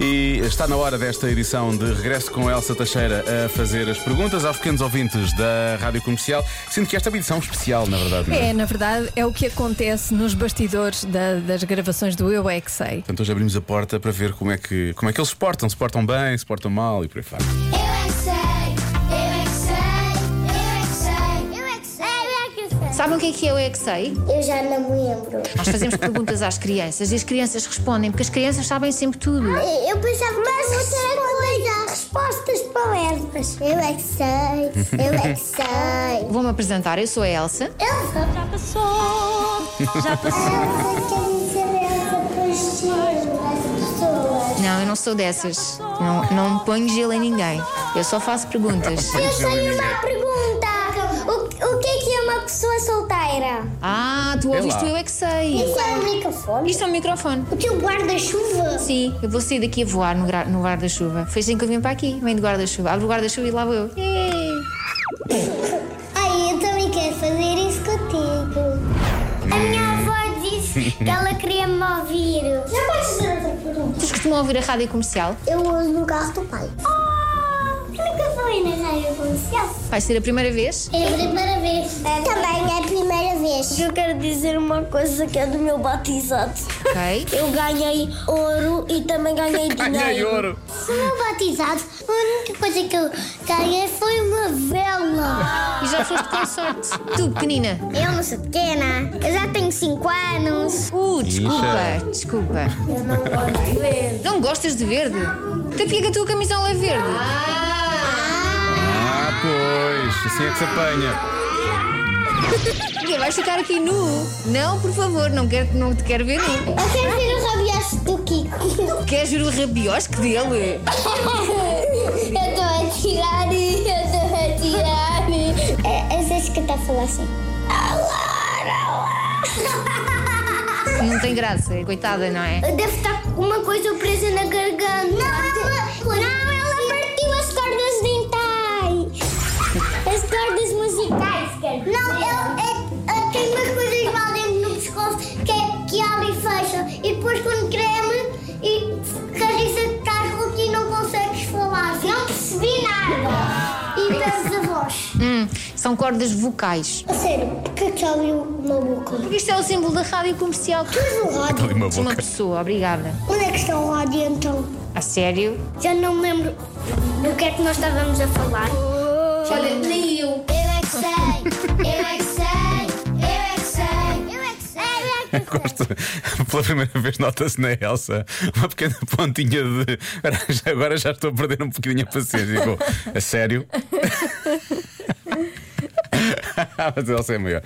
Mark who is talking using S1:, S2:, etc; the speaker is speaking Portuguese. S1: E está na hora desta edição de regresso com Elsa Teixeira a fazer as perguntas aos pequenos ouvintes da Rádio Comercial. Sinto que esta é uma edição especial, na verdade. Não
S2: É, na verdade, é o que acontece nos bastidores da- das gravações do Eu É Que Sei.
S1: Portanto, hoje abrimos a porta para ver como é que, como é que eles se portam. Se portam bem, se portam mal e por aí fora.
S3: Eu é que sei, eu é que sei, eu é que sei, eu é que sei, eu é que sei.
S4: Sabem o que é que é o Eu que sei?
S3: Eu já não me lembro.
S4: Nós fazemos perguntas às crianças e as crianças respondem, porque as crianças sabem sempre tudo.
S3: Eu pensava que Mas eu tinha respostas palermas. Eu é que sei, eu é que sei.
S4: Vou-me apresentar, eu sou a Elsa.
S3: Elsa.
S5: Já passou, já passou.
S3: Elsa quer dizer Elsa Paixão, as pessoas.
S4: Não, eu não sou dessas. Não, não ponho gelo em ninguém. Eu só faço perguntas.
S3: Eu tenho uma pergunta. O, o que é que é uma pessoa solteira?
S4: Ah, tu
S1: É
S4: ouviste
S1: lá.
S4: o Eu é que sei.
S3: Isso é um microfone?
S4: Isto é um microfone.
S3: O teu guarda-chuva?
S4: Sim, eu vou sair daqui a voar no, gra- no guarda-chuva. Foi assim que eu vim para aqui. Vem do guarda-chuva. Abro o guarda-chuva e lá vou eu. Êêê.
S3: Ai, eu também quero fazer isso contigo. A minha avó disse que ela queria me ouvir. Já podes fazer outra pergunta?
S4: Vocês costumam ouvir a rádio comercial?
S3: Eu uso no carro do pai. Oh, nunca falei na rádio comercial.
S4: Vai ser a primeira vez?
S3: É a primeira vez. Também é a primeira vez.
S6: Eu quero dizer uma coisa que é do meu batizado.
S4: Ok.
S6: Eu ganhei ouro e também ganhei dinheiro.
S1: Ganhei ouro!
S3: No meu batizado, a única coisa que eu ganhei foi uma vela.
S4: E já foste com sorte. Tu, pequenina.
S3: Eu não sou pequena, né? eu já tenho 5 anos.
S4: Uh, desculpa, desculpa. Eu não gosto de verde. Não gostas de verde? Então porquê que a tua camisola é verde?
S1: Ah, pois, assim é que se apanha.
S4: Porquê? Vais ficar aqui nu? Não, por favor, não, quero, não te quero ver nu.
S3: Eu quero ver o rabiaço do Kiko.
S4: Queres ver o rabiosque dele?
S3: Eu tô a tirar, eu tô a tirar. É, às vezes que tá falando assim.
S4: Não tem graça, coitada, não é?
S3: Deve estar com uma coisa presa na garganta. Não, ela, não, ela partiu as cordas dentais. As cordas musicais, quer dizer. Não, ela, tem umas coisas lá dentro no pescoço que, é- que abre e fecha. E depois quando creme e carriça de carro aqui não consegues falar. Não percebi nada. E perdes a voz.
S4: Hum, são cordas vocais.
S3: A sério, porquê que abriu uma boca?
S4: Porque isto é o símbolo da rádio comercial.
S3: Mas o
S1: Ali
S3: rádio.
S1: uma
S4: Sou uma
S1: boca.
S4: pessoa, obrigada.
S3: Onde é que está o rádio então?
S4: A sério?
S3: Já não me lembro do que é que nós estávamos a falar. Olha, nem Oh. eu. Eu é que sei, eu é que sei, eu é que sei, eu é que sei, eu é que
S1: Gosto. Pela primeira vez nota-se na Elsa uma pequena pontinha de. Agora já estou a perder um bocadinho a paciência. Digo, a sério? Mas a Elsa é maior.